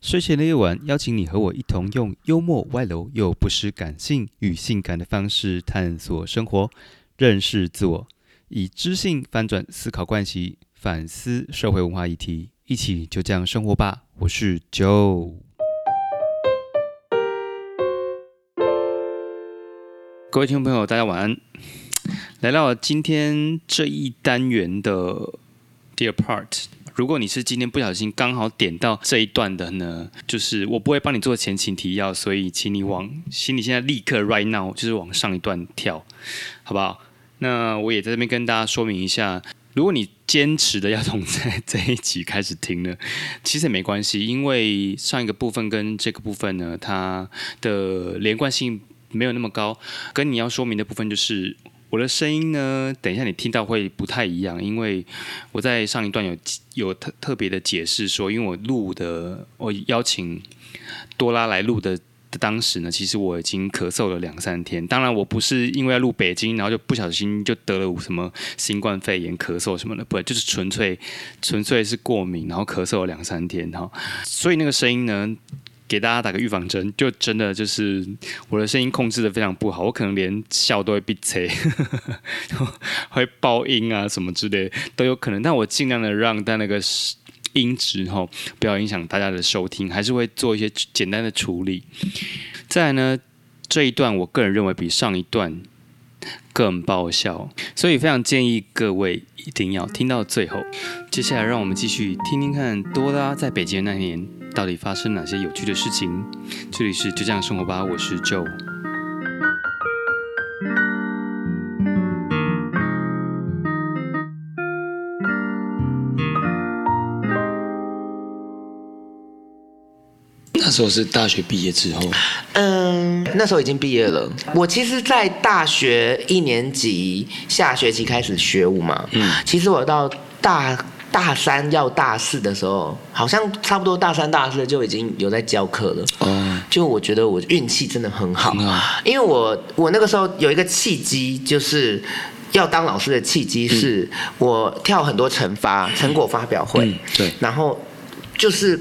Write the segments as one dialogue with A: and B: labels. A: 睡前的夜晚，邀请你和我一同用幽默、外露又不失感性与性感的方式探索生活，认识自我，以知性翻转思考惯习，反思社会文化议题，一起就这样生活吧。我是 Joe。各位听众朋友，大家晚安。来到今天这一单元的第二 part，如果你是今天不小心刚好点到这一段的呢，就是我不会帮你做前情提要，所以请你往，请你现在立刻 right now 就是往上一段跳，好不好？那我也在这边跟大家说明一下，如果你坚持的要从在这一集开始听呢， 其实也没关系，因为上一个部分跟这个部分呢，它的连贯性没有那么高。跟你要说明的部分就是，我的声音呢，等一下你听到会不太一样，因为我在上一段有有特特别的解释说，因为我录的，我邀请多拉来录的。的当时呢，其实我已经咳嗽了两三天。当然，我不是因为要录北京，然后就不小心就得了什么新冠肺炎咳嗽什么的，不，就是纯粹纯粹是过敏，然后咳嗽了两三天哈。所以那个声音呢，给大家打个预防针，就真的就是我的声音控制的非常不好，我可能连笑都会闭嘴， 会爆音啊什么之类都有可能。但我尽量的让但那个音质哈、不要影响大家的收听，还是会做一些简单的处理。再来呢，这一段我个人认为比上一段更爆笑，所以非常建议各位一定要听到最后。接下来让我们继续听听看多拉在北京的那年到底发生哪些有趣的事情。这里是就这样生活吧，我是 Joe。
B: 那时候是大学毕业之后，
C: 嗯，那时候已经毕业了。我其实，在大学一年级下学期开始学舞嘛。嗯，其实我到大大三要大四的时候，好像差不多大三大四就已经有在教课了。
B: 哦，
C: 就我觉得我运气真的很好，
B: 很好
C: 因为我我那个时候有一个契机，就是要当老师的契机
B: 嗯
C: 是，我跳很多惩罚成果发表会，
B: 嗯对
C: 然后就是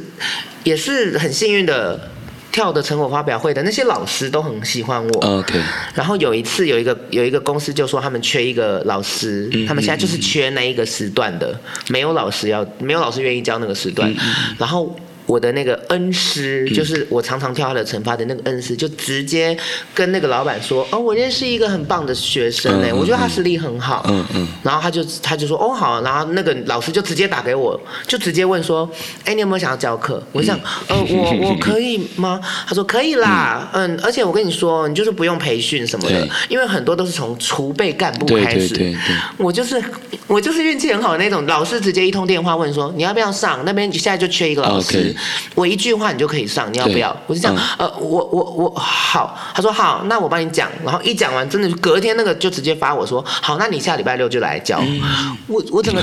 C: 也是很幸运的。跳的成果发表会的那些老师都很喜欢我，
B: ，OK，
C: 嗯然后有一次有一个有一个公司就说他们缺一个老师，
B: 嗯
C: 他们现在就是缺那一个时段的，没有老师要没有老师愿意教那个时
B: 嗯
C: 段，然后。我的那个恩师，就是我常常跳他的惩罚的那个恩师，就直接跟那个老板说：“哦，我认识一个很棒的学生
B: 嗯
C: 哎、
B: 嗯
C: 我觉得他实力很好。”
B: 嗯嗯
C: 然后他就他就说哦好，然后那个老师就直接打给我，就直接问说，哎，你有没有想要教课？我就想，呃， 我我可以吗？他说可以啦，嗯，而且我跟你说，你就是不用培训什么的
B: 对，
C: 因为很多都是从储备干部
B: 对
C: 开始。
B: 对对对
C: 我就是我就是运气很好的那种，老师直接一通电话问说你要不要上，那边现在就缺一个老师
B: 哦 OK
C: 我一句话你就可以上，你要不要
B: 对？
C: 我就想，
B: 嗯
C: 呃，我我我好，他说好，那我帮你讲，然后一讲完，真的隔天那个就直接发我说好，那你下礼拜六就来教，
B: 嗯
C: 我 我整个，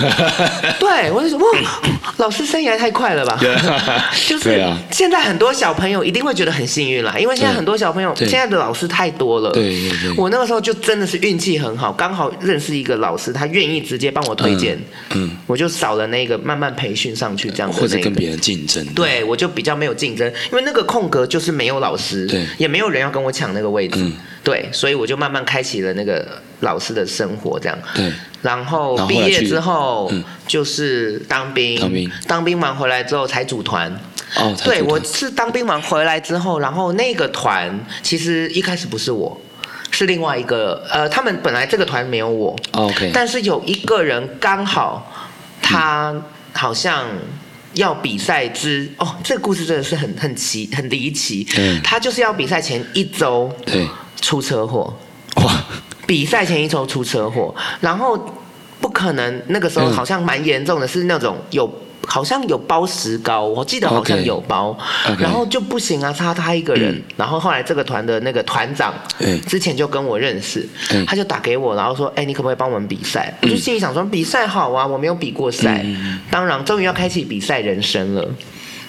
C: 对我就说哇，老师生涯太 快了吧
B: Yeah
C: 就是
B: 对啊
C: 现在很多小朋友一定会觉得很幸运啦，因为现在
B: 对
C: 很多小朋友
B: 对
C: 现在的老师太多了，
B: 对对对
C: 我那个时候就真的是运气很好，刚好认识一个老师，他愿意直接帮我推荐，
B: 嗯，
C: 我就少了那个慢慢培训上去这样子、那
B: 或者
C: 个
B: 跟别人竞争，，
C: 对，我就比较没有竞争，因为那个空格就是没有老师，
B: 对
C: 也没有人要跟我抢那个位置，
B: 嗯
C: 对，所以我就慢慢开启了那个老师的生活，这样。
B: 对，
C: 然后
B: 然后
C: 毕
B: 后来
C: 业
B: 去
C: 之后
B: 嗯
C: 就是当兵，
B: 当兵
C: 当兵完回来之后才组团。
B: 哦，才
C: 对，
B: 知道
C: 我是当兵完回来之后，然后那个团其实一开始不是我，是另外一个，呃，他们本来这个团没有我，
B: 哦 OK，
C: 但是有一个人刚好他好像要比赛之哦，这个故事真的是很很奇很离奇
B: 嗯。
C: 他就是要比赛前一周
B: 对，
C: 出车祸，
B: 哇，
C: 比赛前一周出车祸，然后不可能那个时候
B: 嗯
C: 好像蛮严重的，是那种有。好像有包石膏，我记得好像
B: OK
C: 有包
B: OK
C: 然后就不行啊，差他一个人。然后后来这个团的那个团长，
B: 嗯
C: 之前就跟我认识，
B: 嗯
C: 他就打给我，然后说：“哎、你可不可以帮我们比赛？”我就心里想说：“比赛好啊，我没有比过赛，当然终于要开启比赛人生了。”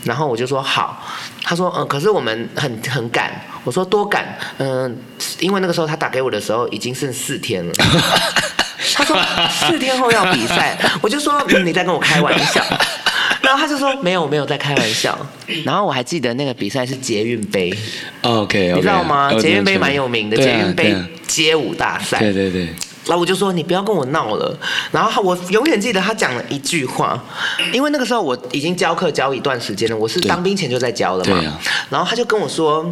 C: 然后我就说好，他说嗯，可是我们很很赶，我说多赶，嗯、因为那个时候他打给我的时候已经剩四天了，他说四天后要比赛，我就说、嗯、你在跟我开玩笑。然后他就说没有，我没有在开玩笑。然后我还记得那个比赛是捷运杯，
A: 哦 OK，
C: 你知道吗？捷运杯蛮有名的，
A: 啊
C: 捷运杯街舞大赛。
A: 对对对，
C: 然后我就说你不要跟我闹了。然后他我永远记得他讲了一句话，因为那个时候我已经教课教一段时间了，我是
A: 对
C: 当兵前就在教了嘛。
A: 对啊
C: 然后他就跟我说：“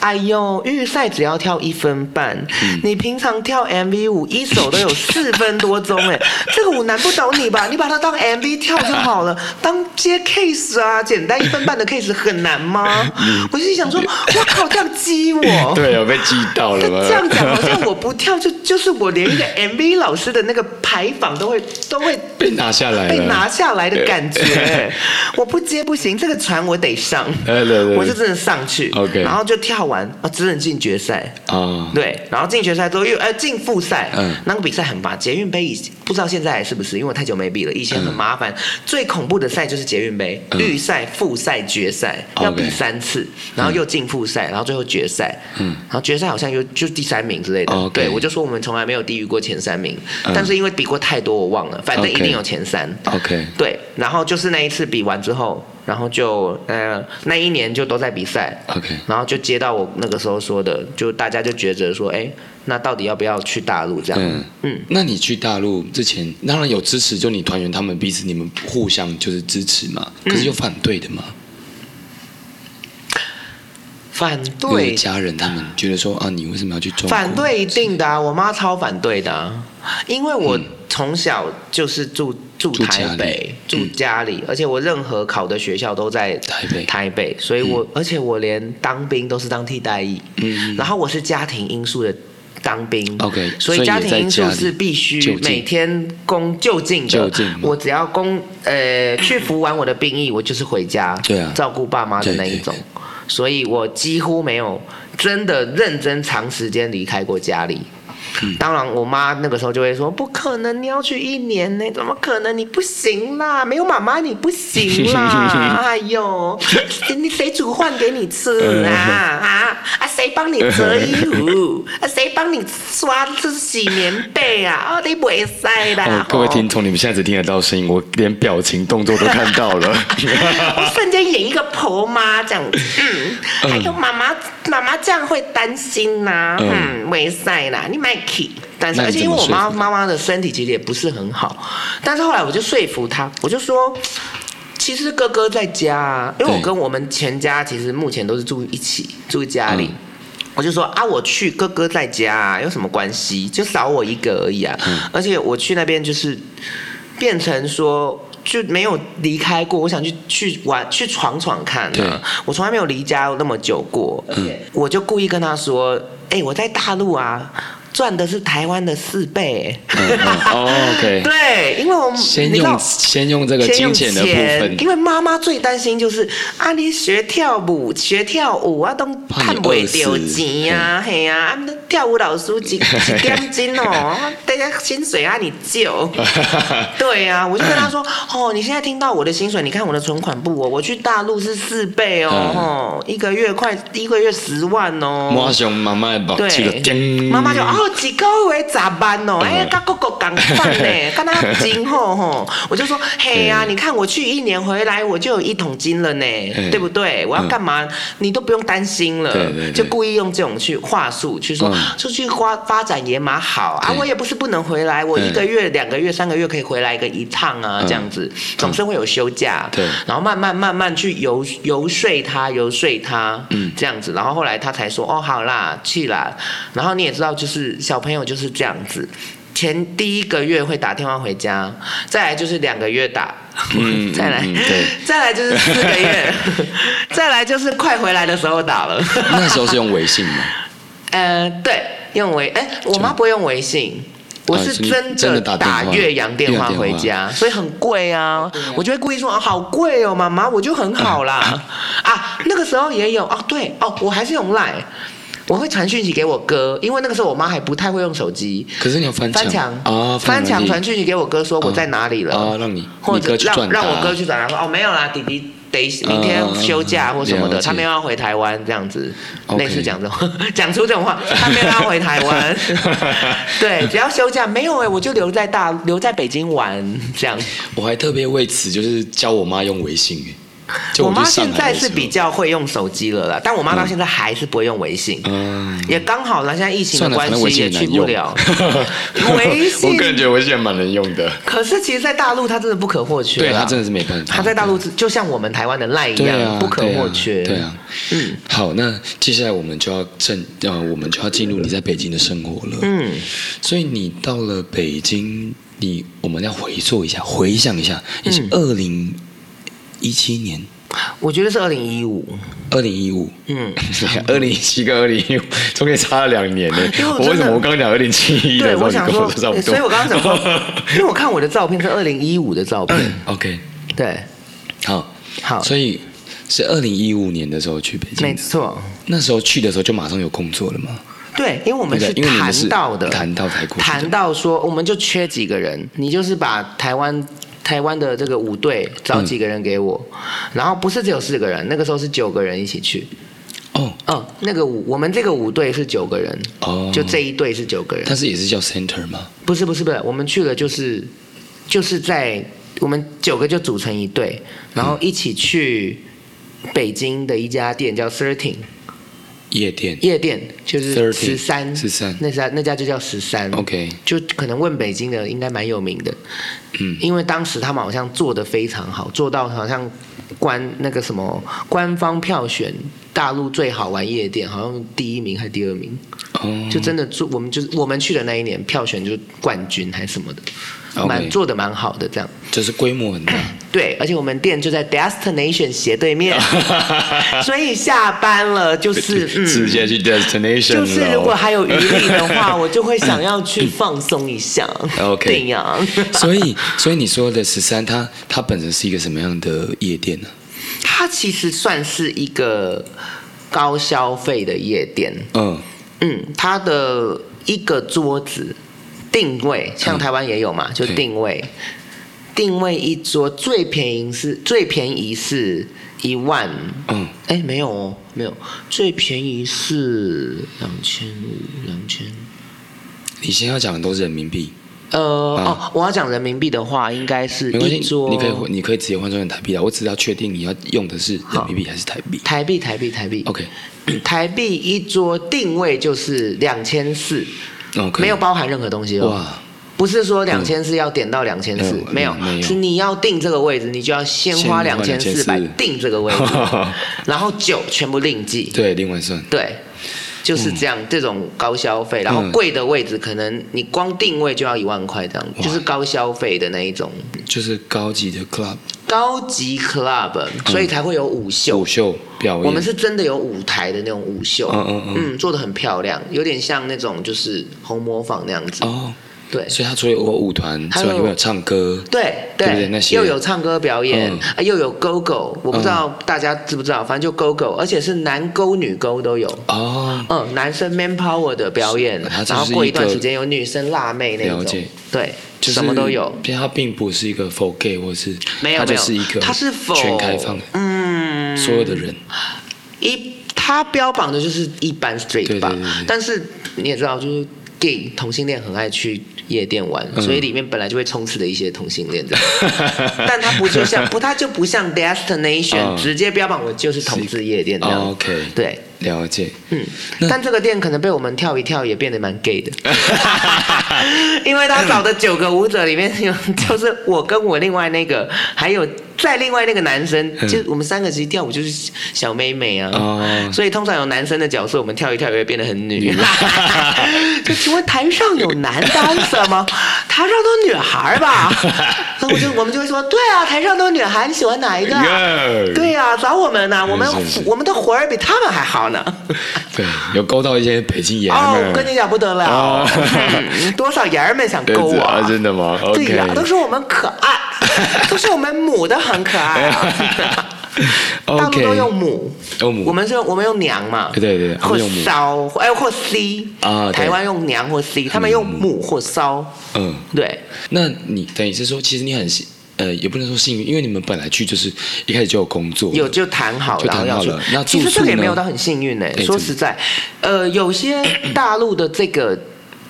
C: 哎呦，预赛只要跳一分半，
A: 嗯
C: 你平常跳 MV 舞一首都有四分多钟，哎， 这个舞难不倒你吧？你把它当 MV 跳就好了，当接 case 啊，简单一分半的 case 很难吗？”
A: 嗯
C: 我就 想说，我靠，这样激我。
A: 对，啊我被激到 了
C: 他
A: 吧？
C: 哦这样讲好像我不跳就就是我连一个 MV 老师的那个牌坊都会都会
A: 被拿下来了，
C: 被拿下来的感觉，我不接不行，这个船我得上，
A: 哎对对对
C: 我就真的上去
A: OK
C: 然后就跳完啊，只能进决赛。
A: 啊，
C: 对，然后进决赛之后又呃进复赛，
A: 嗯
C: 那个比赛很麻，捷运杯以前不知道现在还是不是，因为我太久没比了，以前很麻烦。最恐怖的赛就是捷运杯，
A: 嗯
C: 预赛、复赛、决赛要比
A: OK
C: 三次，然后又进复赛，然后最后决赛，嗯，然后决赛好像又就第三名之类的。
A: 哦 OK
C: 对，我就说我们从来没有低于过前三名，
A: 嗯
C: 但是因为比过太多，我忘了，反正一
A: OK
C: 定有前三。
A: OK
C: 对，然后就是那一次比完之后，然后就呃那一年就都在比赛
A: OK
C: 然后就接到我那个时候说的，就大家就抉择说，哎，那到底要不要去大陆这样？
A: 嗯
C: 嗯
A: 那你去大陆之前，当然有支持，就你团员他们彼此，你们互相就是支持嘛。可
C: 嗯
A: 是有反对的嘛？
C: 反
A: 有的
C: 对，
A: 家人他们觉得说啊，你为什么要去中国？
C: 反对一定的啊，我妈超反对的、啊，因为我从小就是住住
A: 嗯住
C: 台
A: 家里嗯
C: 北，住家里，而且我任何考的学校都在
A: 台北
C: 台北，所以我、而且我连当兵都是当替代役，
A: 嗯
C: 然后我是家庭因素的。当兵
A: OK，所
C: 所
A: 以
C: 以家
A: 你
C: 庭
A: 在
C: 因
A: 家
C: 素
A: 里
C: 是必须
A: 就近
C: 每天供就近
A: 就
C: 的
A: 近嘛。
C: 我只要供呃去服完我的兵役，我就是回家，
A: 对啊
C: 照顾爸妈的
A: 对
C: 那一
A: 对
C: 种。所以我几乎没有真的认真长时间离开过家里。
A: 嗯
C: 当然，我妈那个时候就会说：“不可能，你要去一年呢，怎么可能？你不 行啦，没有妈妈你不行啦！哎呦，你谁煮饭给你 吃啊啊啊！谁帮你折衣服？啊，谁帮你刷洗棉被啊？哦，你不会晒啦
A: 哦！，各位
C: 吼
A: 听众，你们现在只听得到声音，我连表情动作都看到了。
C: 我瞬间演一个婆妈这样子，嗯，还有妈妈，妈妈这样会担心呐、
A: 嗯
C: 嗯，没晒啦，你买 key，但是
A: 那
C: 而
A: 你怎
C: 且因
A: 么
C: 为我妈
A: 说服
C: 妈妈的身体其实也不是很好，但是后来我就说服她，我就说。其实哥哥在家、啊，因为我
A: 对
C: 跟我们全家其实目前都是住一起，住家里。
A: 嗯
C: 我就说啊，我去哥哥在家、啊、有什么关系？就少我一个而已啊。
A: 嗯
C: 而且我去那边就是变成说就没有离开过，我想去去玩去闯闯看、
A: 对嗯
C: 啊。我从来没有离家那么久过，而且我就故意跟他说，哎、我在大陆啊。赚的是台湾的四倍、
A: 嗯嗯哦 OK
C: 对，因为我们
A: 先
C: 你知道
A: 用先用这个
C: 先
A: 金
C: 用
A: 钱的部分
C: 因为妈妈最担心就是啊，你学跳舞，学跳舞啊，都
A: 怕
C: 赚
A: 你
C: 不
A: 饿死
C: 到钱啊，嘿啊，啊那跳舞老师 几几点钟哦，大家薪水啊，你 救。对啊，我就跟他说，哦，你现在听到我的薪水，你看我的存款簿哦，我去大陆是四倍哦，
A: 嗯
C: 哦，一个月快一个月十万哦，
A: 摸上妈妈的宝哦气嗯了，叮
C: 对，妈妈就哦，几个月咋办哦？哎、跟哥哥赶快 呢，跟他今后吼，我就说嘿呀、啊，你看我去一年回来，我就有一桶金了呢，
A: 嗯
C: 对不对？我要干嘛，你都不用担心了，
A: 对对对
C: 就故意用这种去话术去说，
A: 嗯
C: 出去花发展野马好啊
A: 对，
C: 我也不是不能回来，我一个月、两个月、三个月可以回来个一趟啊，
A: 嗯
C: 这样子总是会有休假，
A: 对
C: 然后慢慢慢慢去游游说他，游说他，嗯，这样子，然后后来他才说，哦，好啦，去啦。然后你也知道，就是小朋友就是这样子，前第一个月会打电话回家，再来就是两个月打，
A: 嗯
C: 再来
A: 嗯嗯对，
C: 再来就是四个 月，再来就是快回来的时候打了。
A: 那时候是用微信 吗？
C: 呃，对，用微，哎，我妈不会用微信。我
A: 啊
C: 哦是
A: 是你
C: 真
A: 真的打
C: 的打
A: 电话
C: 岳阳电话
A: 岳阳
C: 回
A: 电话
C: 家，所以很贵啊。我就会故意说啊，好贵哦，妈妈，我就很好啦。啊，那个时候也有哦，对哦，我还是用 Line，我会传讯息给我哥，因为那个时候我妈还不太会用手机。
A: 可是你有翻
C: 翻墙哦
A: 墙啊，
C: 翻嗯墙
A: 墙
C: 传讯息给我哥说我在哪里了
A: 啊，让你
C: 或
A: 你
C: 者
A: 哥去
C: 让
A: 转达
C: 让我哥去转达说哦没有啦，弟弟得明天休假或什么的，
A: 了解
C: 他没有要回台湾这样子
A: OK
C: 类似讲这种 讲出 这种话，他没有要回台湾，对，只要休假没有哎、我就留在大留在北京玩这样。
A: 我还特别为此就是教我妈用微信欸，就
C: 我妈
A: 去上
C: 现
A: 海
C: 在
A: 的时
C: 是
A: 候
C: 比较会用手机了啦，但我妈到现在还是不会用微信。
A: 嗯，
C: 也刚好啦，现在疫情
A: 算
C: 的
A: 了，反
C: 关
A: 正微
C: 系
A: 信
C: 也
A: 也
C: 去
A: 难
C: 不
A: 用
C: 了。 微信
A: 我个人觉得微信也蛮能用 的，
C: 可是其实，在大陆它真的不可或缺啦。
A: 对它真的是没办法。
C: 它啊在大陆就像我们台湾的赖一
A: 啊对
C: 样，
A: 啊，
C: 不可或缺。嗯
A: 对啊，对啊好，那接下来我们就要正呃，我们就要进入你在北京的生活了。
C: 嗯，
A: 所以你到了北京，你我们要回溯一下，回想一下，
C: 嗯
A: 你是二零一七年、
C: 我觉得是二零一五。
A: 二零一五。
C: 嗯，
A: 二零一七跟二零一五中间差了两年呢、
C: 因为我
A: 我为
C: 哎真
A: 什
C: 的
A: 么我刚刚讲二零七一的
C: 对，
A: 时候，
C: 我
A: 你
C: 想
A: 跟
C: 说
A: 我，差不多。
C: 所以我刚刚 想说，因为我看我的照片是二零一五的照片。
A: OK，
C: 对，
A: 好，
C: 好，
A: 所以是二零一五年的时候去北
C: 没
A: 京，
C: 错。
A: 那时候去的时候就马上有工作了吗？
C: 对，因为我们
A: 对
C: 是
A: 不对因为你们是
C: 谈到的，
A: 谈到才过去的
C: 谈到说我们就缺几个人，你就是把台湾台湾的这个舞队找几个人给我，
A: 嗯
C: 然后不是只有四个人，那个时候是九个人一起去，
A: 哦
C: 嗯，那个舞我们这个舞队是九个人，
A: 哦，
C: 就这，一队是九个人，
A: 但是也是叫 Center 吗？
C: 不是不是不是，我们去了就是就是在我们九个就组成一队，然后一起去北京的一家店叫 Thirteen
A: 夜店
C: 夜店，就是
A: Thirteen，
C: 十三
A: 13
C: 那家那家就叫十三
A: OK
C: 就可能问北京的应该蛮有名的，
A: 嗯，
C: 因为当时他们好像做的非常好，做到好像官那个什么官方票选大陆最好玩夜店，好像第一名还是第二名，
A: 哦，
C: 就真的做我们就是我们去的那一年票选就是冠军还是什么的，
A: OK
C: 蛮做的蛮好的这样。
A: 就是规模很大，
C: 对，而且我们店就在 Destination 斜对 面，所以下班了 就是嗯。
A: 直接去 destination
C: 就是如果
A: 了哦
C: 还有余力的 话，我就会想要去放松一下。
A: 嗯 OK
C: 对 呀，
A: 所以，所以你说的十三，它它本身是一个什么样的夜店呢、
C: 它其实算是一个高消费的夜店。
A: 嗯，
C: 嗯，它的一个桌子定位，像
A: 嗯
C: 台湾也有嘛，就
A: 对
C: 定位，定位一桌最便宜是最便宜是一万，
A: 嗯，
C: 哎、没有哦，没有，最便宜是两千五，两千。
A: 你现在要讲的都是人民币，
C: 呃、
A: 啊
C: 哦，我要讲人民币的话，应该是
A: 没关系
C: 一，桌，
A: 你可以你可以直接换算成台币啊。我只要确定你要用的是人民币还是台币。
C: 台币，台币，台币
A: OK，
C: 台币一桌定位就是两千四，
A: 哦，可以
C: 没有包含任何东西哦。
A: 哇，
C: 不是说两千四要点到两千四
A: 嗯，
C: 没有，
A: 没有
C: 是你要定这个位置，你就要先花
A: 先花
C: 两千四百
A: 2400
C: 定这个位置，然后酒全部另计。
A: 对，嗯另外算。
C: 对，就是这样，这种高消费，然后贵的位置可能你光定位就要一万块这样，就是高消费的那一种
A: 就是高级的 club
C: 高级 club，所
A: 嗯
C: 以才会有舞秀
A: 舞。秀表演。
C: 我们是真的有舞台的那种舞秀，
A: 嗯嗯嗯
C: 做的很漂亮，有点像那种就是红模仿那样子，
A: 哦，
C: 对。
A: 所以他除了有舞团，
C: 还
A: 之
C: 有
A: 外有没有唱歌？
C: 对
A: 对不对那些
C: 又有唱歌表演
A: 嗯，
C: 啊又有勾勾，我不知道大家知不知道，反正就勾勾，而且是男勾女勾都有。
A: 哦，
C: 嗯，男生 man power 的表演，
A: 它啊就是
C: 然后过一段
A: 一个
C: 时间有女生辣妹那
A: 了
C: 种
A: 解，
C: 对，
A: 就是
C: 什么都有。
A: 并它并不是一个 for gay 或是
C: 没有
A: 它就
C: 没有
A: 是一个
C: 它是 for-
A: 全开放的，嗯，所有的人
C: 一他标榜的就是一般 straight
A: 对
C: 吧
A: 对对对，
C: 但是你也知道，就是 gay 同性恋很爱去夜店玩，
A: 嗯
C: 所以里面本来就会充斥着一些同性恋 这样， 但他不就像不，他就不像 destination
A: 嗯
C: 直接标榜我就是同志夜店这样。
A: 哦，OK
C: 对。
A: 了解，
C: 嗯，
A: 那
C: 但这个店可能被我们跳一跳也变得蛮 gay 的， 因为他找的九个舞者里面有，就是我跟我另外那个，还有再另外那个男生，
A: 嗯
C: 就我们三个其实跳舞就是小妹妹啊，
A: 哦
C: 所以通常有男生的角色，我们跳一跳也会变得很女。 就请问台上有男 dancer 吗？台上都女孩吧？那我就我们就会说，对啊，台上都女孩，你喜欢哪一个啊、
A: Yeah
C: 对呀、找我们呐、啊我们
A: 是是
C: 我们的活儿比他们还好呢。
A: 对，有勾到一些北京爷们
C: 哦，
A: 儿，
C: 我跟你讲不得了，
A: 哦
C: 嗯 多少爷儿们想
A: 这样
C: 勾
A: 子
C: 我、
A: 啊，真的吗？OK，
C: 对呀、都说我们可 爱，都说我们母的很可爱、啊。大 陆
A: OK
C: 都用母，
A: 用母
C: 我们是用我们用娘嘛，
A: 对对对
C: 或
A: 我们用母
C: 骚，哎或 C
A: 啊对
C: 台湾用娘或 C，他们用母或骚，
A: 嗯，
C: 对，
A: 那你等于是说，其实你很喜呃，也不能说幸运，因为你们本来去就是一开始就有工作，
C: 有就谈好，
A: 就
C: 然后
A: 谈
C: 要
A: 好
C: 住
A: 了那
C: 其
A: 住
C: 实
A: 宿
C: 这个也
A: 呢
C: 没有到很幸运呢、
A: 哎真
C: 说
A: 的
C: 实在，呃，有些大陆的这个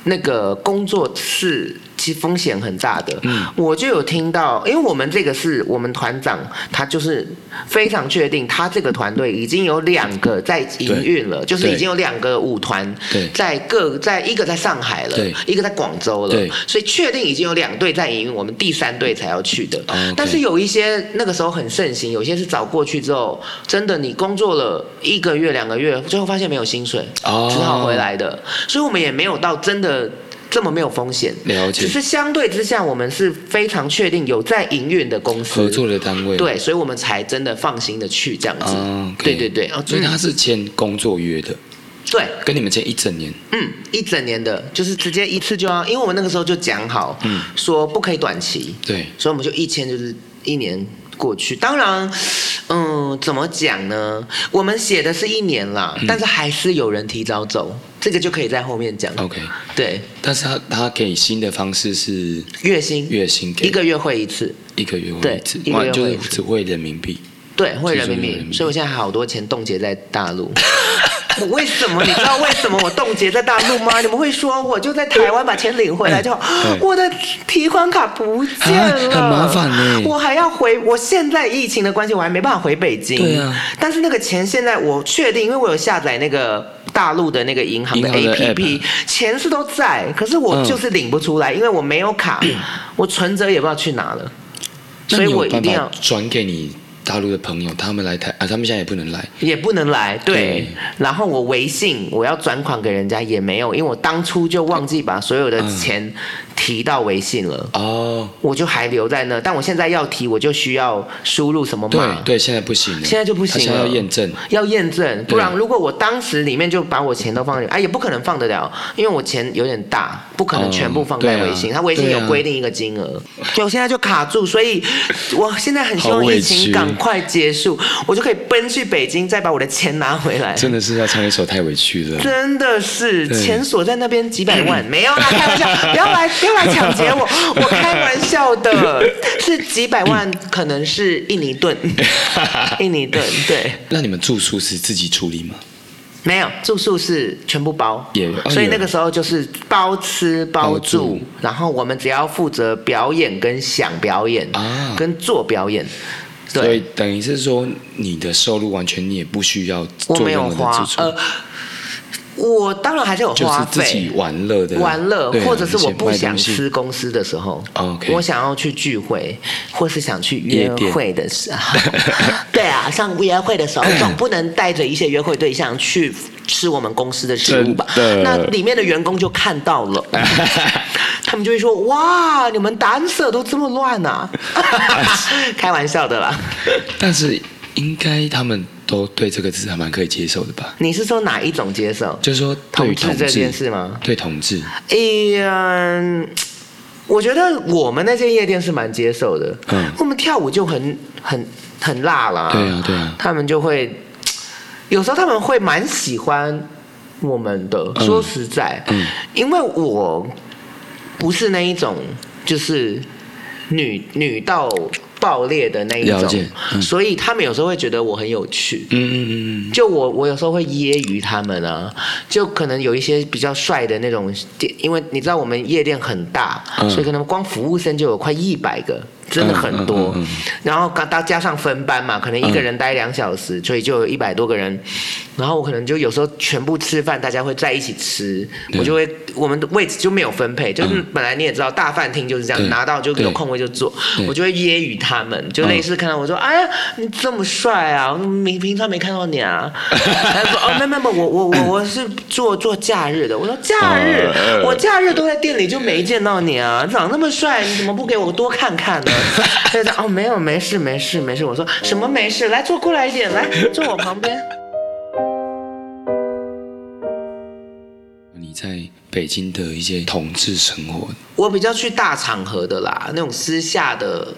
C: 那个工作是其实风险很大的。
A: 嗯
C: 我就有听到，因为我们这个是我们团长，他就是非常确定，他这个团队已经有两个在营运了，就是已
A: 对
C: 经有两个舞团
A: 对
C: 在各在一个在上海了
A: 对，
C: 一个在广州了
A: 对，
C: 所以确定已经有两队在营运，我们第三队才要去的。
A: 哦，OK
C: 但是有一些那个时候很盛行，有些是找过去之后，真的你工作了一个月、两个月，最后发现没有薪水，
A: 哦
C: 只好回来的。所以我们也没有到真的这么没有风险，
A: 了解
C: 只是相对之下，我们是非常确定有在营运的公司
A: 合作的单位，
C: 对，所以我们才真的放心的去这样子。
A: 啊，
C: 对对对，哦
A: 所以
C: 嗯
A: 他是签工作约的，
C: 对，
A: 跟你们签一整年，
C: 嗯，一整年的，就是直接一次就要，因为我们那个时候就讲好，
A: 嗯
C: 说不可以短期，
A: 对，
C: 所以我们就一签就是一年过去。当然，嗯，怎么讲呢？我们写的是一年啦，
A: 嗯
C: 但是还是有人提早走，这个就可以在后面讲。
A: OK，
C: 对，
A: 但是他他给薪的方式是
C: 月薪
A: 月薪给
C: 一个月会一次，
A: 一个月会
C: 对
A: 一次，
C: 一个月
A: 哇就
C: 会
A: 是
C: 一次
A: 只会人民币，
C: 对，会人民
A: 其实人民
C: 币，
A: 币
C: 所以我现在好多钱冻结在大陆。 我为什么？你知道为什么我冻结在大陆吗？ 你们会说我就在台湾把钱领回来 就好
A: 哎，
C: 我的提款卡不见
A: 啊
C: 了，
A: 很麻烦呢
C: 我还要回，我现在疫情的关系，我还没办法回北京。
A: 对啊，
C: 但是那个钱现在我确定，因为我有下载那个。大陆的那个银行的
A: 银行的
C: APP，钱是都在，可是我
A: 嗯
C: 就是领不出来，因为我没有卡， 我存折也不知道去哪了，
A: 那
C: 所以
A: 你有
C: 我一
A: 办
C: 定
A: 法
C: 要
A: 转给你大陆的朋友，他们来台啊，他们现在也不能来，
C: 也不能来，对。
A: 对
C: 然后我微信我要转款给人家也没有，因为我当初就忘记把所有的
A: 嗯
C: 钱提到微信了，
A: 哦，
C: 我就还留在那。但我现在要提，我就需要输入什么码
A: 对？对，现在不行了，
C: 现在就不
A: 他
C: 行
A: 现在
C: 了，
A: 要验证，
C: 要验证，不然
A: 对
C: 如果我当时里面就把我钱都放进，哎，也不可能放得了，因为我钱有点大，不可能全部放在
A: 哦对啊
C: 微信，它微信
A: 对
C: 有
A: 啊
C: 规定一个金额，就我现在就卡住，所以我现在很希望
A: 好
C: 疫
A: 委
C: 情
A: 屈
C: 赶快结束，我就可以奔去北京，再把我的钱拿回来。
A: 真的是要唱一首太委屈了。
C: 真的是
A: 对
C: 钱锁在那边几百 万，没有啦，开玩笑，不要来不要来抢劫 我，我开玩笑的，是几百万，可能是印尼盾，印尼盾，对，
A: 那你们住宿是自己处理吗？
C: 没有住宿是全部包
A: 也哦
C: 所以
A: 也
C: 那个时候就是包吃包
A: 包
C: 住，
A: 住
C: 然后我们只要负责表演跟想表演
A: 啊
C: 跟做表演，对，
A: 所以等于是说，你的收入完全你也不需要
C: 我
A: 做任
C: 没有
A: 何的
C: 花
A: 支，出，
C: 呃，我当然还是有
A: 就
C: 花
A: 是自
C: 费，
A: 己玩乐的
C: 玩乐，
A: 对啊
C: 或者是
A: 一些
C: 我不
A: 卖
C: 想
A: 东西哦
C: 吃公司的时候
A: OK
C: 我想要去聚会，或是想去约
A: 夜店
C: 会的时候， 对啊，像约会的 时候，总不能带着一些约会对象去吃我们公司的食物吧？
A: 真的
C: 那里面的员工就看到 了，他们就会说：“哇，你们单色都这么乱啊！” 开玩笑的啦。
A: 但是应该他们都对这个字还蛮可以接受的吧？
C: 你是说哪一种接受？
A: 就是说，对于
C: 同志
A: 同
C: 这
A: 志
C: 件事吗
A: 对同志，
C: 哎呀，嗯我觉得我们那些夜店是蛮接受的，
A: 嗯
C: 我们跳舞就很很很辣啦，
A: 对啊对啊
C: 他们就会有时候他们会蛮喜欢我们的，
A: 嗯
C: 说实在，
A: 嗯
C: 因为我不是那一种就是女女到爆裂的那一
A: 了
C: 种
A: 解，嗯
C: 所以他们有时候会觉得我很有趣，
A: 嗯嗯嗯嗯，
C: 就我我有时候会揶揄他们啊，就可能有一些比较帅的那种店，因为你知道我们夜店很大，
A: 嗯
C: 所以可能光服务生就有快一百个，真的很多。
A: 嗯嗯嗯嗯嗯
C: 然后刚加上分班嘛，可能一个人待两小时，所以就有一百多个人。然后我可能就有时候全部吃饭，大家会在一起吃，
A: 对嗯
C: 我就会我们的位置就没有分配，就是本来你也知道大饭厅就是这样，
A: 对
C: 拿到就有
A: 对
C: 空位就坐，
A: 对
C: 我就会揶揄他们，就类似看到我说，哎呀，你这么帅啊，我平平常没看到你啊。 他说，哦，没没没，我我我我是做做假日的。我说假日，我假日都在店里就没见到你啊，长那么帅，你怎么不给我多看看呢？ 他就说，哦，没有，没事没事没事。我说什么没事？来坐过来一点，来坐我旁边。
A: 你在北京的一些同志生活，
C: 我比较去大场合的啦，那种私下的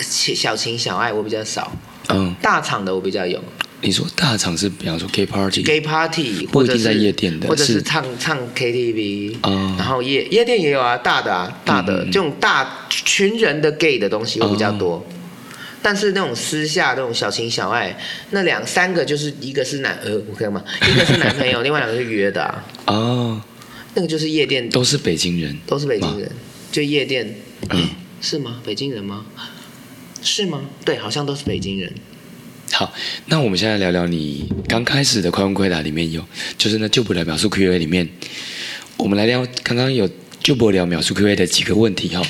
C: 小情小爱我比较少，
A: 嗯，
C: 大场的我比较有。
A: 你说大场是比方说 gay party，
C: gay party，
A: 不
C: 或
A: 一
C: 者
A: 定
C: 是
A: 在夜店的
C: 或者
A: 是
C: 是唱唱 KTV，、
A: 哦嗯
C: 然后夜夜店也有啊，大的啊，大的、这种大群人的 gay 的东西会
A: 哦
C: 比较多。但是那种私下那种小情小爱，那两三个就是一个是男呃，我干嘛？一个是男 朋友，另外两个是约的啊。
A: 哦，
C: 那个就是夜店，
A: 都是北京人，
C: 都是北京人，就夜店
A: 嗯，
C: 是吗？北京人吗？是吗？对，好像都是北京人。
A: 好，那我们现在聊聊你刚开始的《快问快答》里面有，就是那就不聊秒速 Q&A 里面，我们来聊刚刚有就不聊秒速 Q&A 的几个问题哈、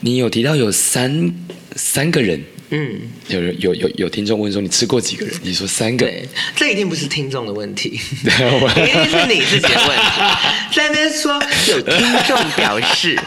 A: 你有提到有三三个人，
C: 嗯，
A: 有人有有有听众问说你吃过几个人？你说三个，
C: 对，这一定不是听众的问题，
A: 对我
C: 一定是你自己的问题。在那边说有听众表示，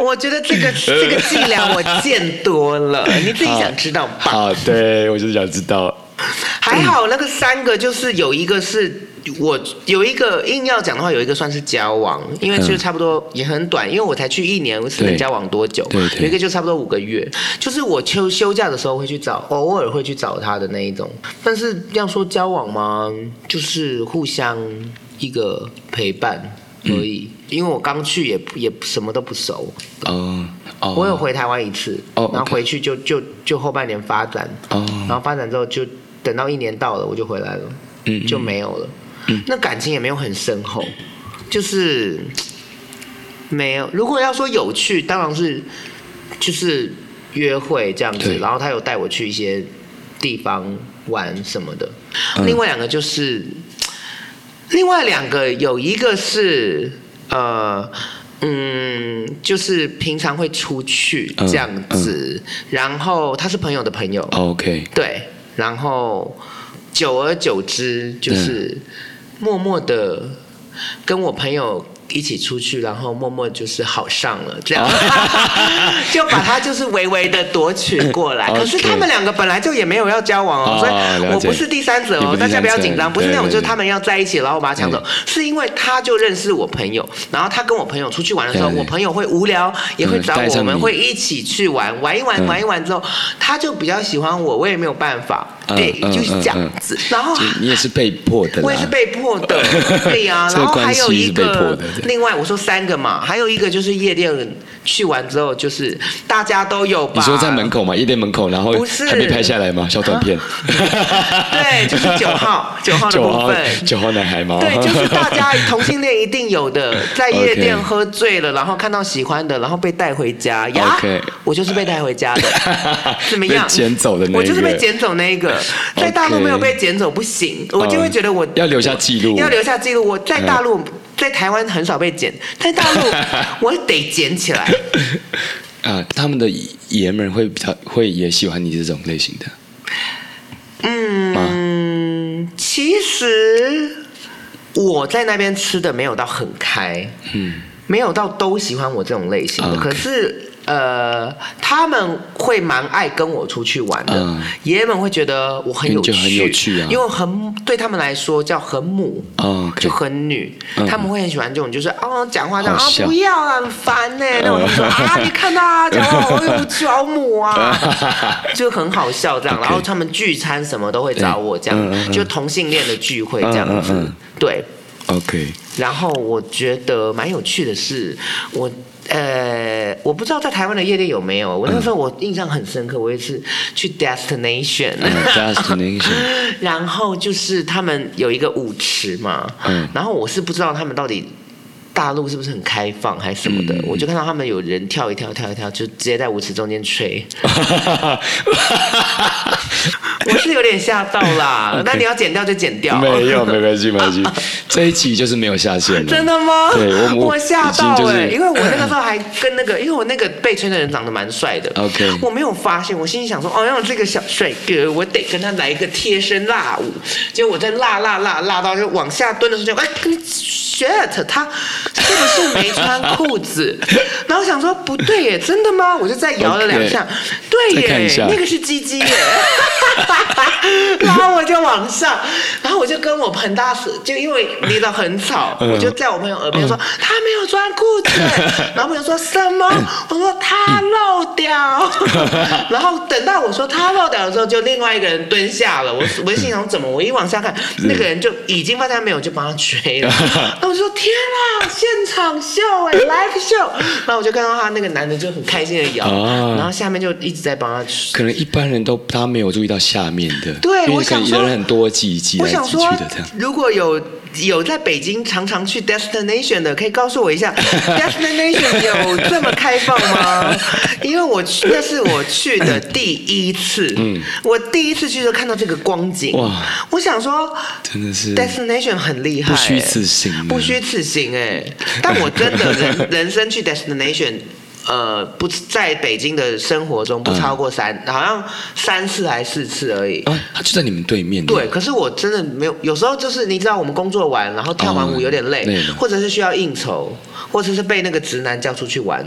C: 我觉得这个这个伎俩我见多了，你自己想知道吧？
A: 好，对我就是想知道，
C: 还好那个三个就是有一个是。我有一个硬要讲的话，有一个算是交往，因为就差不多也很短，因为我才去一年，我只能
A: 对
C: 交往多久？
A: 对对
C: 有一个就差不多五个月，就是我休休假的时候会去找，偶尔会去找他的那一种。但是要说交往吗，就是互相一个陪伴而已。
A: 嗯
C: 因为我刚去也也什么都不熟，
A: 哦哦，
C: 我有回台湾一次，
A: 哦
C: 然后
A: OK
C: 回去就就就后半年发展，
A: 哦
C: 然后发展之后就等到一年到了我就回来了，
A: 嗯嗯嗯
C: 就没有了，那感情也没有很深厚，就是没有。如果要说有趣，当然是就是约会这样子
A: 对，
C: 然后他有带我去一些地方玩什么的。
A: 嗯
C: 另外两个就是，另外两个有一个是呃。嗯，就是平常会出去
A: 嗯
C: 这样子，然后他是朋友的朋友，
A: 哦 OK，
C: 对，然后久而久之，就是
A: 嗯
C: 默默的跟我朋友一起出去，然后默默就是好上了，这样、
A: 哦
C: 就把他就是微微的夺取 过来。可是
A: OK
C: 他们两个本来就也没有要交往
A: 哦
C: 哦，所
A: 了
C: 以我
A: 解
C: 不是第三者
A: 你
C: 哦
A: 不，是
C: 大家不要
A: 第三者
C: 紧张，不是
A: 对
C: 那种
A: 对
C: 就是
A: 对
C: 他们要在一起，然后我把他抢走
A: 嗯，
C: 是因为他就认识我朋友，然后他跟我朋友出去玩的时候，
A: 对对
C: 我朋友会无聊，也会
A: 嗯
C: 找
A: 带
C: 我，
A: 上
C: 我们
A: 你
C: 会一起去玩，玩一玩，
A: 嗯
C: 玩一玩之后，他就比较喜欢我，我也没有办法，
A: 嗯
C: 对，
A: 嗯
C: 就是这样子。然后
A: 就你也是被迫的啦，
C: 啊我也是被迫 的，对呀、
A: 这个
C: 然后还
A: 关系
C: 有一
A: 是被迫的
C: 个
A: 对
C: 另外我说三个嘛，还有一个就是夜店去完之后，就是大家都有吧。
A: 你说在门口嘛，夜店门口，然后
C: 不是啊
A: 还没拍下来吗？小短片。对
C: 对就是九号九号的
A: 九
C: 部
A: 号
C: 分
A: 九号男孩吗？
C: 对，就是 大家同性恋一定有的，在夜店
A: OK
C: 喝醉了，然后看到喜欢的，然后被带回家呀。
A: OK，
C: 我就是被带回家的 怎么样？
A: 被捡走的那一个
C: 我就是被捡走那一个，在大陆
A: OK 哦
C: 没有被捡走不行，我就会觉得我
A: 嗯要留下记录，
C: 要留下记录。我在大
A: 嗯
C: 陆，在台湾很少被捡，在大陆我得捡起来。
A: 啊。他们的爷们儿会比较会也喜欢你这种类型的，
C: 嗯，其实我在那边吃的没有到很开，嗯，没有到都喜欢我这种类型的。
A: 啊 OK
C: 可是呃，他们会蛮爱跟我出去玩的，
A: 嗯
C: 爷们会觉得我很有趣，
A: 就很有趣啊
C: 因为很对他们来说叫很母。
A: 哦，
C: 就很女，
A: 嗯
C: 他们会很喜欢这种，就是哦，讲话这样
A: 好
C: 啊，
A: 笑嗯
C: 不要啦，很烦呢、那种他们说啊，你看他讲话 哦好有脚母啊， 就很好笑这样。然后
A: OK
C: 他们聚餐什么都会找我这
A: 嗯嗯
C: 样，
A: 嗯
C: 就同性恋的聚会这样
A: 嗯嗯
C: 子
A: 嗯，
C: 对。
A: OK，
C: 然后我觉得蛮有趣的是，我呃，我不知道在台湾的夜店有没有。我那时候我印象很深刻，我也是去 Destination，、
A: 嗯，destination，
C: 然后就是他们有一个舞池嘛，
A: 嗯
C: 然后我是不知道他们到底大陆是不是很开放还是什么的，
A: 嗯
C: 我就看到他们有人跳一跳跳一跳，就直接在舞池中间吹， 我是有点吓到啦
A: OK。
C: 那你要剪掉就剪掉，
A: 没有，没关系，没关系，这一集就是没有下线了，
C: 真的吗？
A: 对我
C: 我吓到
A: 已经就
C: 哎、
A: 是
C: 因为我那个时候还跟那个，因为我那个被吹的人长得蛮帅的
A: OK
C: 我没有发现，我心里想说，哦，让这个小帅哥，我得跟他来一个贴身辣舞。结果我在辣辣辣辣到就往下蹲的时候就，哎，shit，他是不是没穿 裤子？然后想说不对耶，真的吗？我就再摇了两下
A: OK
C: 对
A: 再看一
C: 耶
A: 下，
C: 那个是鸡鸡耶，然后我就往床上，然后我就跟我很大声，就因为离得很吵，我就在我朋友耳边说、他没有穿裤子，然后朋友说什么？我说他漏掉， 然后等到我说他漏掉的时候，就另外一个人蹲下了，我我心想怎么？我一往下看，那个人就已经发现他没有，就帮他追了，那我就说天啊，现场秀哎、l i v e show，然后我就看到他那个男的就很开心的摇，
A: 哦
C: 然后下面就一直在帮他吹。
A: 可能一般人都他没有注意到下面的，
C: 对
A: 因
C: 我
A: 为可
C: 想
A: 能
C: 说
A: 人很多挤挤
C: 我
A: 来
C: 想
A: 挤
C: 说
A: 去的这样。，
C: 如果有有在北京常常去 destination 的，可以告诉我一 下，destination 有这么开放吗？ 因为我去，那是我去的第一次，我第一次去就看到这个光景，
A: 嗯哇
C: 我想说，
A: 真的是
C: destination 很厉害、
A: 不虚此行啊
C: 不虚此行哎、但我真 的人人生去 destination。呃，不在北京的生活中
A: 嗯
C: 不超过三，好像三次还是四次而已。
A: 啊，他就在你们对面。
C: 对，，可是我真的没有，有时候就是你知道，我们工作完，然后跳完舞有点累，
A: 嗯累了
C: 或者是需要应酬，或者是被那个直男叫出去玩，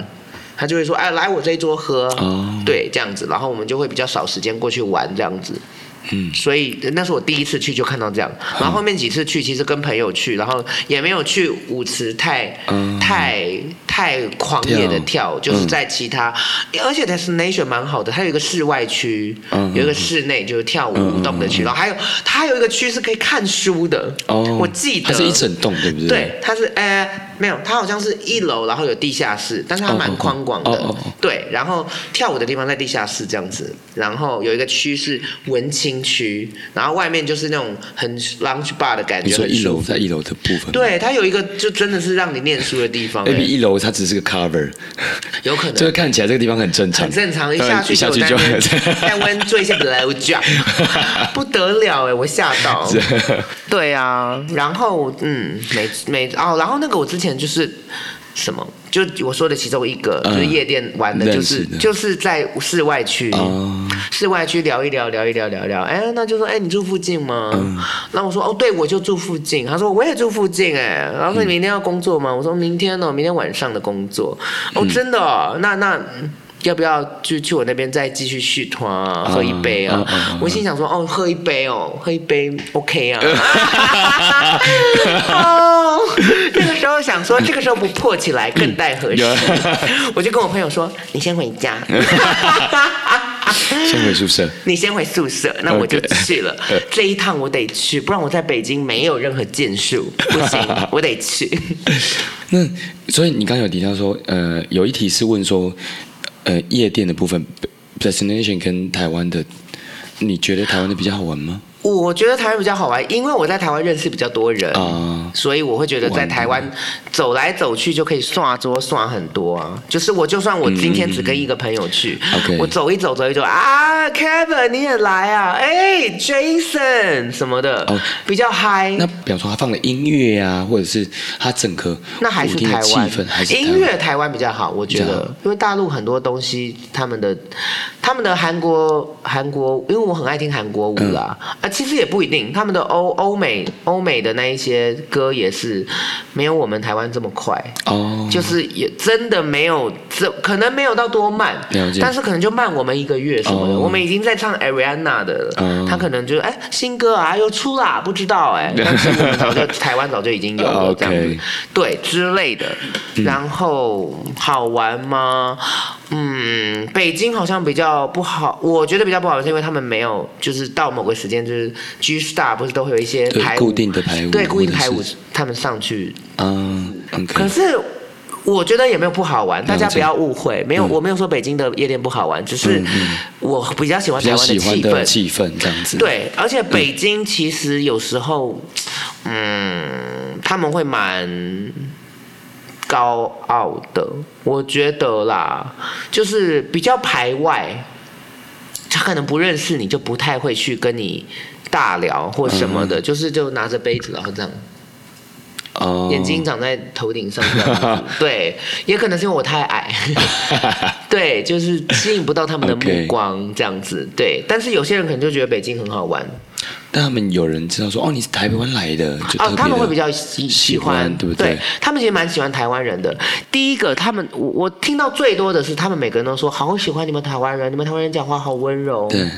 C: 他就会说：“哎，来我这一桌喝。
A: 哦
C: 对，这样子，然后我们就会比较少时间过去玩这样子。
A: 嗯
C: 所以那是我第一次去就看到这样，然后后面几次去其实跟朋友去，然后也没有去舞池太、
A: 嗯
C: 太太狂野的
A: 跳
C: 跳，就是
A: 嗯
C: 在其他，而且 destination 蛮好的，它有一个室外区，
A: 嗯
C: 有一个室内就是跳舞舞动的区，然后还有它还有一个区是可以看书的，
A: 哦，
C: 我记得
A: 它是一整栋，对不对？
C: 对，，它是呃没有，它好像是一楼，然后有地下室，但是它
A: 哦
C: 蛮
A: 哦
C: 宽广的。
A: 哦哦哦
C: 对，然后跳舞的地方在地下室这样子，然后有一个区是文青区，然后外面就是那种很 lounge bar 的感
A: 你
C: 觉，
A: 说
C: 很
A: 一
C: 舒
A: 楼
C: 服。
A: 在一楼的部分。
C: 对，它有一个就真的是让你念书的地方、
A: ，maybe
C: 欸
A: 一楼它只是个 cover，
C: 有可能
A: 就是看起来这个地方很正常，
C: 很正常，一
A: 但
C: 下去
A: 一下
C: 就
A: 去
C: 在
A: 就
C: 那边
A: 很
C: 在温做一些 blow job，不得了哎，我吓到。 对啊，然后嗯，每每哦，然后那个我之前就是什么，就我说的其中一个，就是
A: 嗯
C: 夜店玩的，就
A: 认
C: 是
A: 识的
C: 就是在室外区。
A: 哦
C: 室外区聊一聊，聊一聊，聊一聊。哎，那就说，哎，你住附近吗？那我说，哦，对，我就住附近。他说，我也住附近，哎。然后说，你明天要工作吗？我说，明天哦，明天晚上的工作。哦，真的哦，那那。嗯要不要就去我那边再继续续团啊，喝一杯啊
A: 嗯嗯嗯？
C: 我心想说，哦，喝一杯哦，喝一杯 OK 啊。哦，那个时候想说，这个时候不破起来更待 何时
A: 有？
C: 我就跟我朋友说，你先回家。
A: 先回宿舍。
C: 你先回宿舍，那我就
A: OK
C: 去了。这一趟我得去，不然我在北京没有任何建 树，不行，我得去。
A: 那所以你刚刚有提到说，呃，有一题是问说，呃，夜店的部分，destination 呃跟台湾的，你觉得台湾的比较好玩吗？
C: 我觉得台湾比较好玩，因为我在台湾认识比较多人，
A: 啊
C: 所以我会觉得在台湾走来走去就可以刷桌刷很多啊。就是我就算我今天只跟一个朋友去，
A: OK
C: 我走一走走一走啊，Kevin 你也来啊，哎，Jason 什么的
A: 哦
C: 比较嗨。
A: 那比方说他放的音乐呀、或者是他整个
C: 那还是
A: 舞厅
C: 台
A: 的气
C: 湾
A: 氛，还是台湾
C: 音乐台湾比较好，我觉
A: 比较
C: 得
A: 好，
C: 因为大陆很多东西，他们的他们的韩国韩国，因为我很爱听韩国舞啦，
A: 嗯
C: 啊，其实也不一定，他们的欧欧美欧美的那一些歌也是没有我们台湾这么快，
A: 哦，
C: 就是也真的没有这可能没有到多慢
A: 了，解
C: 但是可能就慢我们一个月什么的。
A: 哦
C: 我们已经在唱 Ariana 的了，
A: 哦
C: 他可能就哎新歌啊又出啦，不知道 哎，但是我们早就台湾早就已经有了这样子
A: 啊 OK，嗯
C: 对之类的。然后好玩吗？嗯，北京好像比较不好，我觉得比较不好是因为他们没有，就是到某个时间就是 G Star 不是都会有一些
A: 对
C: 排舞
A: 固定的排舞
C: 对固定排
A: 或
C: 舞
A: 者是，
C: 他们上去
A: 啊
C: 可
A: ，OK，
C: 是我觉得也没有不好玩，大家
A: 了解嗯
C: 不要误会，没有、我没有说北京的夜店不好玩，只是我比较喜欢
A: 比
C: 台
A: 较
C: 湾
A: 喜欢
C: 气
A: 的
C: 氛。
A: 气氛嗯这样子。，
C: 对，而且北京其实有时候，嗯，他们会蛮高傲的，我觉得啦，就是比较排外，他可能不认识你，就不太会去跟你大聊或什么
A: 嗯
C: 的，就是就拿着杯子然后这样。
A: 哦，
C: 眼睛长在头顶上这样子， 对，也可能是因为我太矮， 对，就是吸引不到他们的目
A: OK
C: 光这样子，对。但是有些人可能就觉得北京很好玩，
A: 但他们有人知道说，哦，你是台湾来的，就特
C: 哦，
A: 别
C: 他们会比
A: 较
C: 较喜
A: 喜欢
C: 欢，
A: 对不对
C: 他们其实蛮喜欢台湾人的。第一个，他们我我听到最多的是，他们每个人都说好喜欢你们台湾人，你们台湾人讲话好温柔，
A: 对，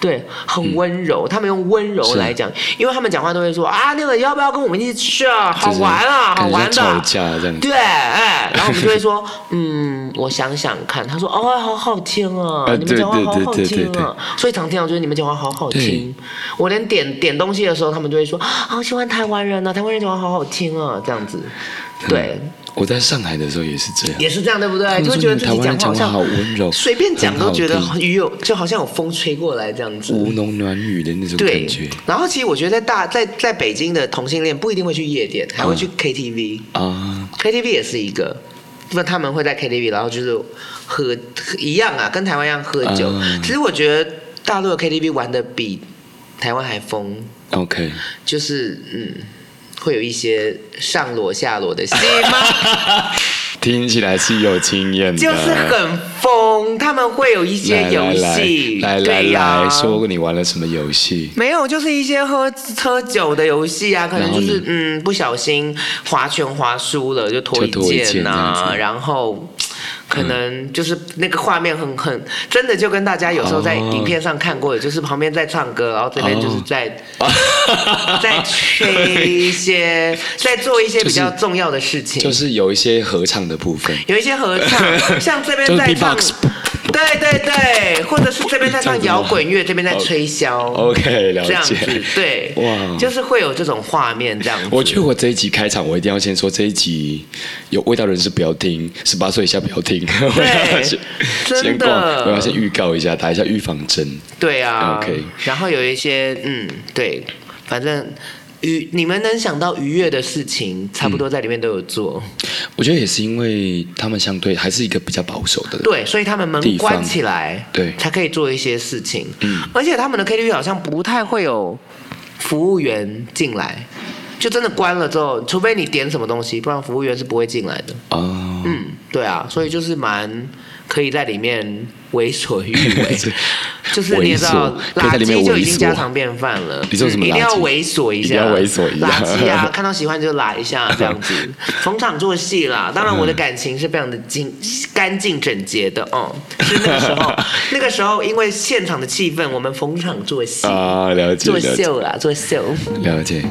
C: 对，很温柔。他们用温柔
A: 嗯是
C: 来讲，因为他们讲话都会说啊，那个要不要跟我们一起去吃啊？好
A: 就是
C: 玩啊，
A: 感
C: 好
A: 觉
C: 玩的。
A: 像吵架这样子，
C: 对，哎，然后我们就会说， 嗯，我想想看。他说，哦，好好听啊，
A: 啊
C: 你们讲话
A: 对对
C: 好好
A: 对对
C: 听
A: 对
C: 啊。所以常听到就是你们讲话好好听。我连点点东西的时候，他们就会说，啊好喜欢台湾人啊，台湾人讲话好好听啊，这样子。对，
A: 我在上海的时候也是这样，
C: 也是这样，对不对？
A: 嗯们
C: 就会
A: 说
C: 觉得
A: 你
C: 自
A: 们台
C: 己
A: 湾人
C: 讲话好
A: 讲话好
C: 像
A: 温柔
C: 随便讲都觉得
A: 很好
C: 雨有，就好像有风吹过来这样子。
A: 吴侬软语的那种
C: 对
A: 感觉，
C: 然后其实我觉得在大在在北京的同性恋不一定会去夜店，
A: 嗯
C: 还会去 KTV。
A: 啊，
C: KTV 也是一个，那他们会在 KTV，然后就是喝喝一样啊，跟台湾一样喝酒。
A: 啊
C: 其实我觉得大陆的 KTV 玩的比台湾还疯，
A: OK，
C: 就是嗯，会有一些上裸下裸的 戏吗？
A: 听起来是有经验的，
C: 就是很疯，他们会有一些
A: 来
C: 游
A: 来来
C: 戏，
A: 来来
C: 对呀、
A: 来说你玩了什么游戏？
C: 没有，就是一些喝喝酒的游戏啊，可能
A: 然
C: 就
A: 后呢
C: 是嗯不小心划拳划输了就脱
A: 就脱一
C: 件
A: 件这样
C: 啊，
A: 子
C: 然后。可能就是那个画面很很真的，就跟大家有时候在
A: 哦
C: 影片上看过的，就是旁边在唱歌，然后这边就是在、
A: 哦
C: 在吹一些，在做一些比较
A: 就是
C: 重要的事情，
A: 就是有一些合唱的部分，
C: 有一些合 唱，像这边
A: 就是
C: 在唱
A: beatbox，
C: 对对对，或者是这边在唱
A: 这样子吗哦
C: 摇滚乐，这边在吹箫。
A: OK，了
C: 这样子
A: 解，
C: 对，
A: 哇
C: 就是会有这种画面这样子。
A: 我觉得我这一集开场，我一定要先说这一集有味道的人士不要听，十八岁以下不要听。我要先
C: 真的
A: 先告我要先预告一下，打一下预防针。
C: 对啊
A: OK
C: 然后有一些嗯，对，反正愉你们能想到愉悦的事情，差不多在里面都有做。
A: 我觉得也是因为他们相对还是一个比较保守的，
C: 对，所以他们门
A: 地方
C: 关起来，
A: 对
C: 才可以做一些事情。嗯，而且他们的 KTV 好像不太会有服务员进来。就真的关了之后，除非你点什么东西，不然服务员是不会进来的。
A: 哦，
C: 嗯，对啊，所以就是蛮可以在里面为所欲 为
A: 这，
C: 就是你也知道
A: 猥琐，可以
C: 垃
A: 在里面
C: 圾就已
A: 猥
C: 经
A: 琐
C: 家常便饭了，
A: 你说什么
C: 嗯一定
A: 垃圾
C: 要猥琐一下，
A: 一定要猥琐一下
C: 垃圾啊， 看到喜欢就拉一下 这样子，逢场作戏啦。
A: 嗯
C: 当然，我的感情是非常的净、干净、整洁的哦、嗯。是那 个时候，那个时候因为现场的气氛，我们逢场作戏，
A: 啊，了解
C: 做
A: 了解
C: 秀啦，做秀。
A: 了解。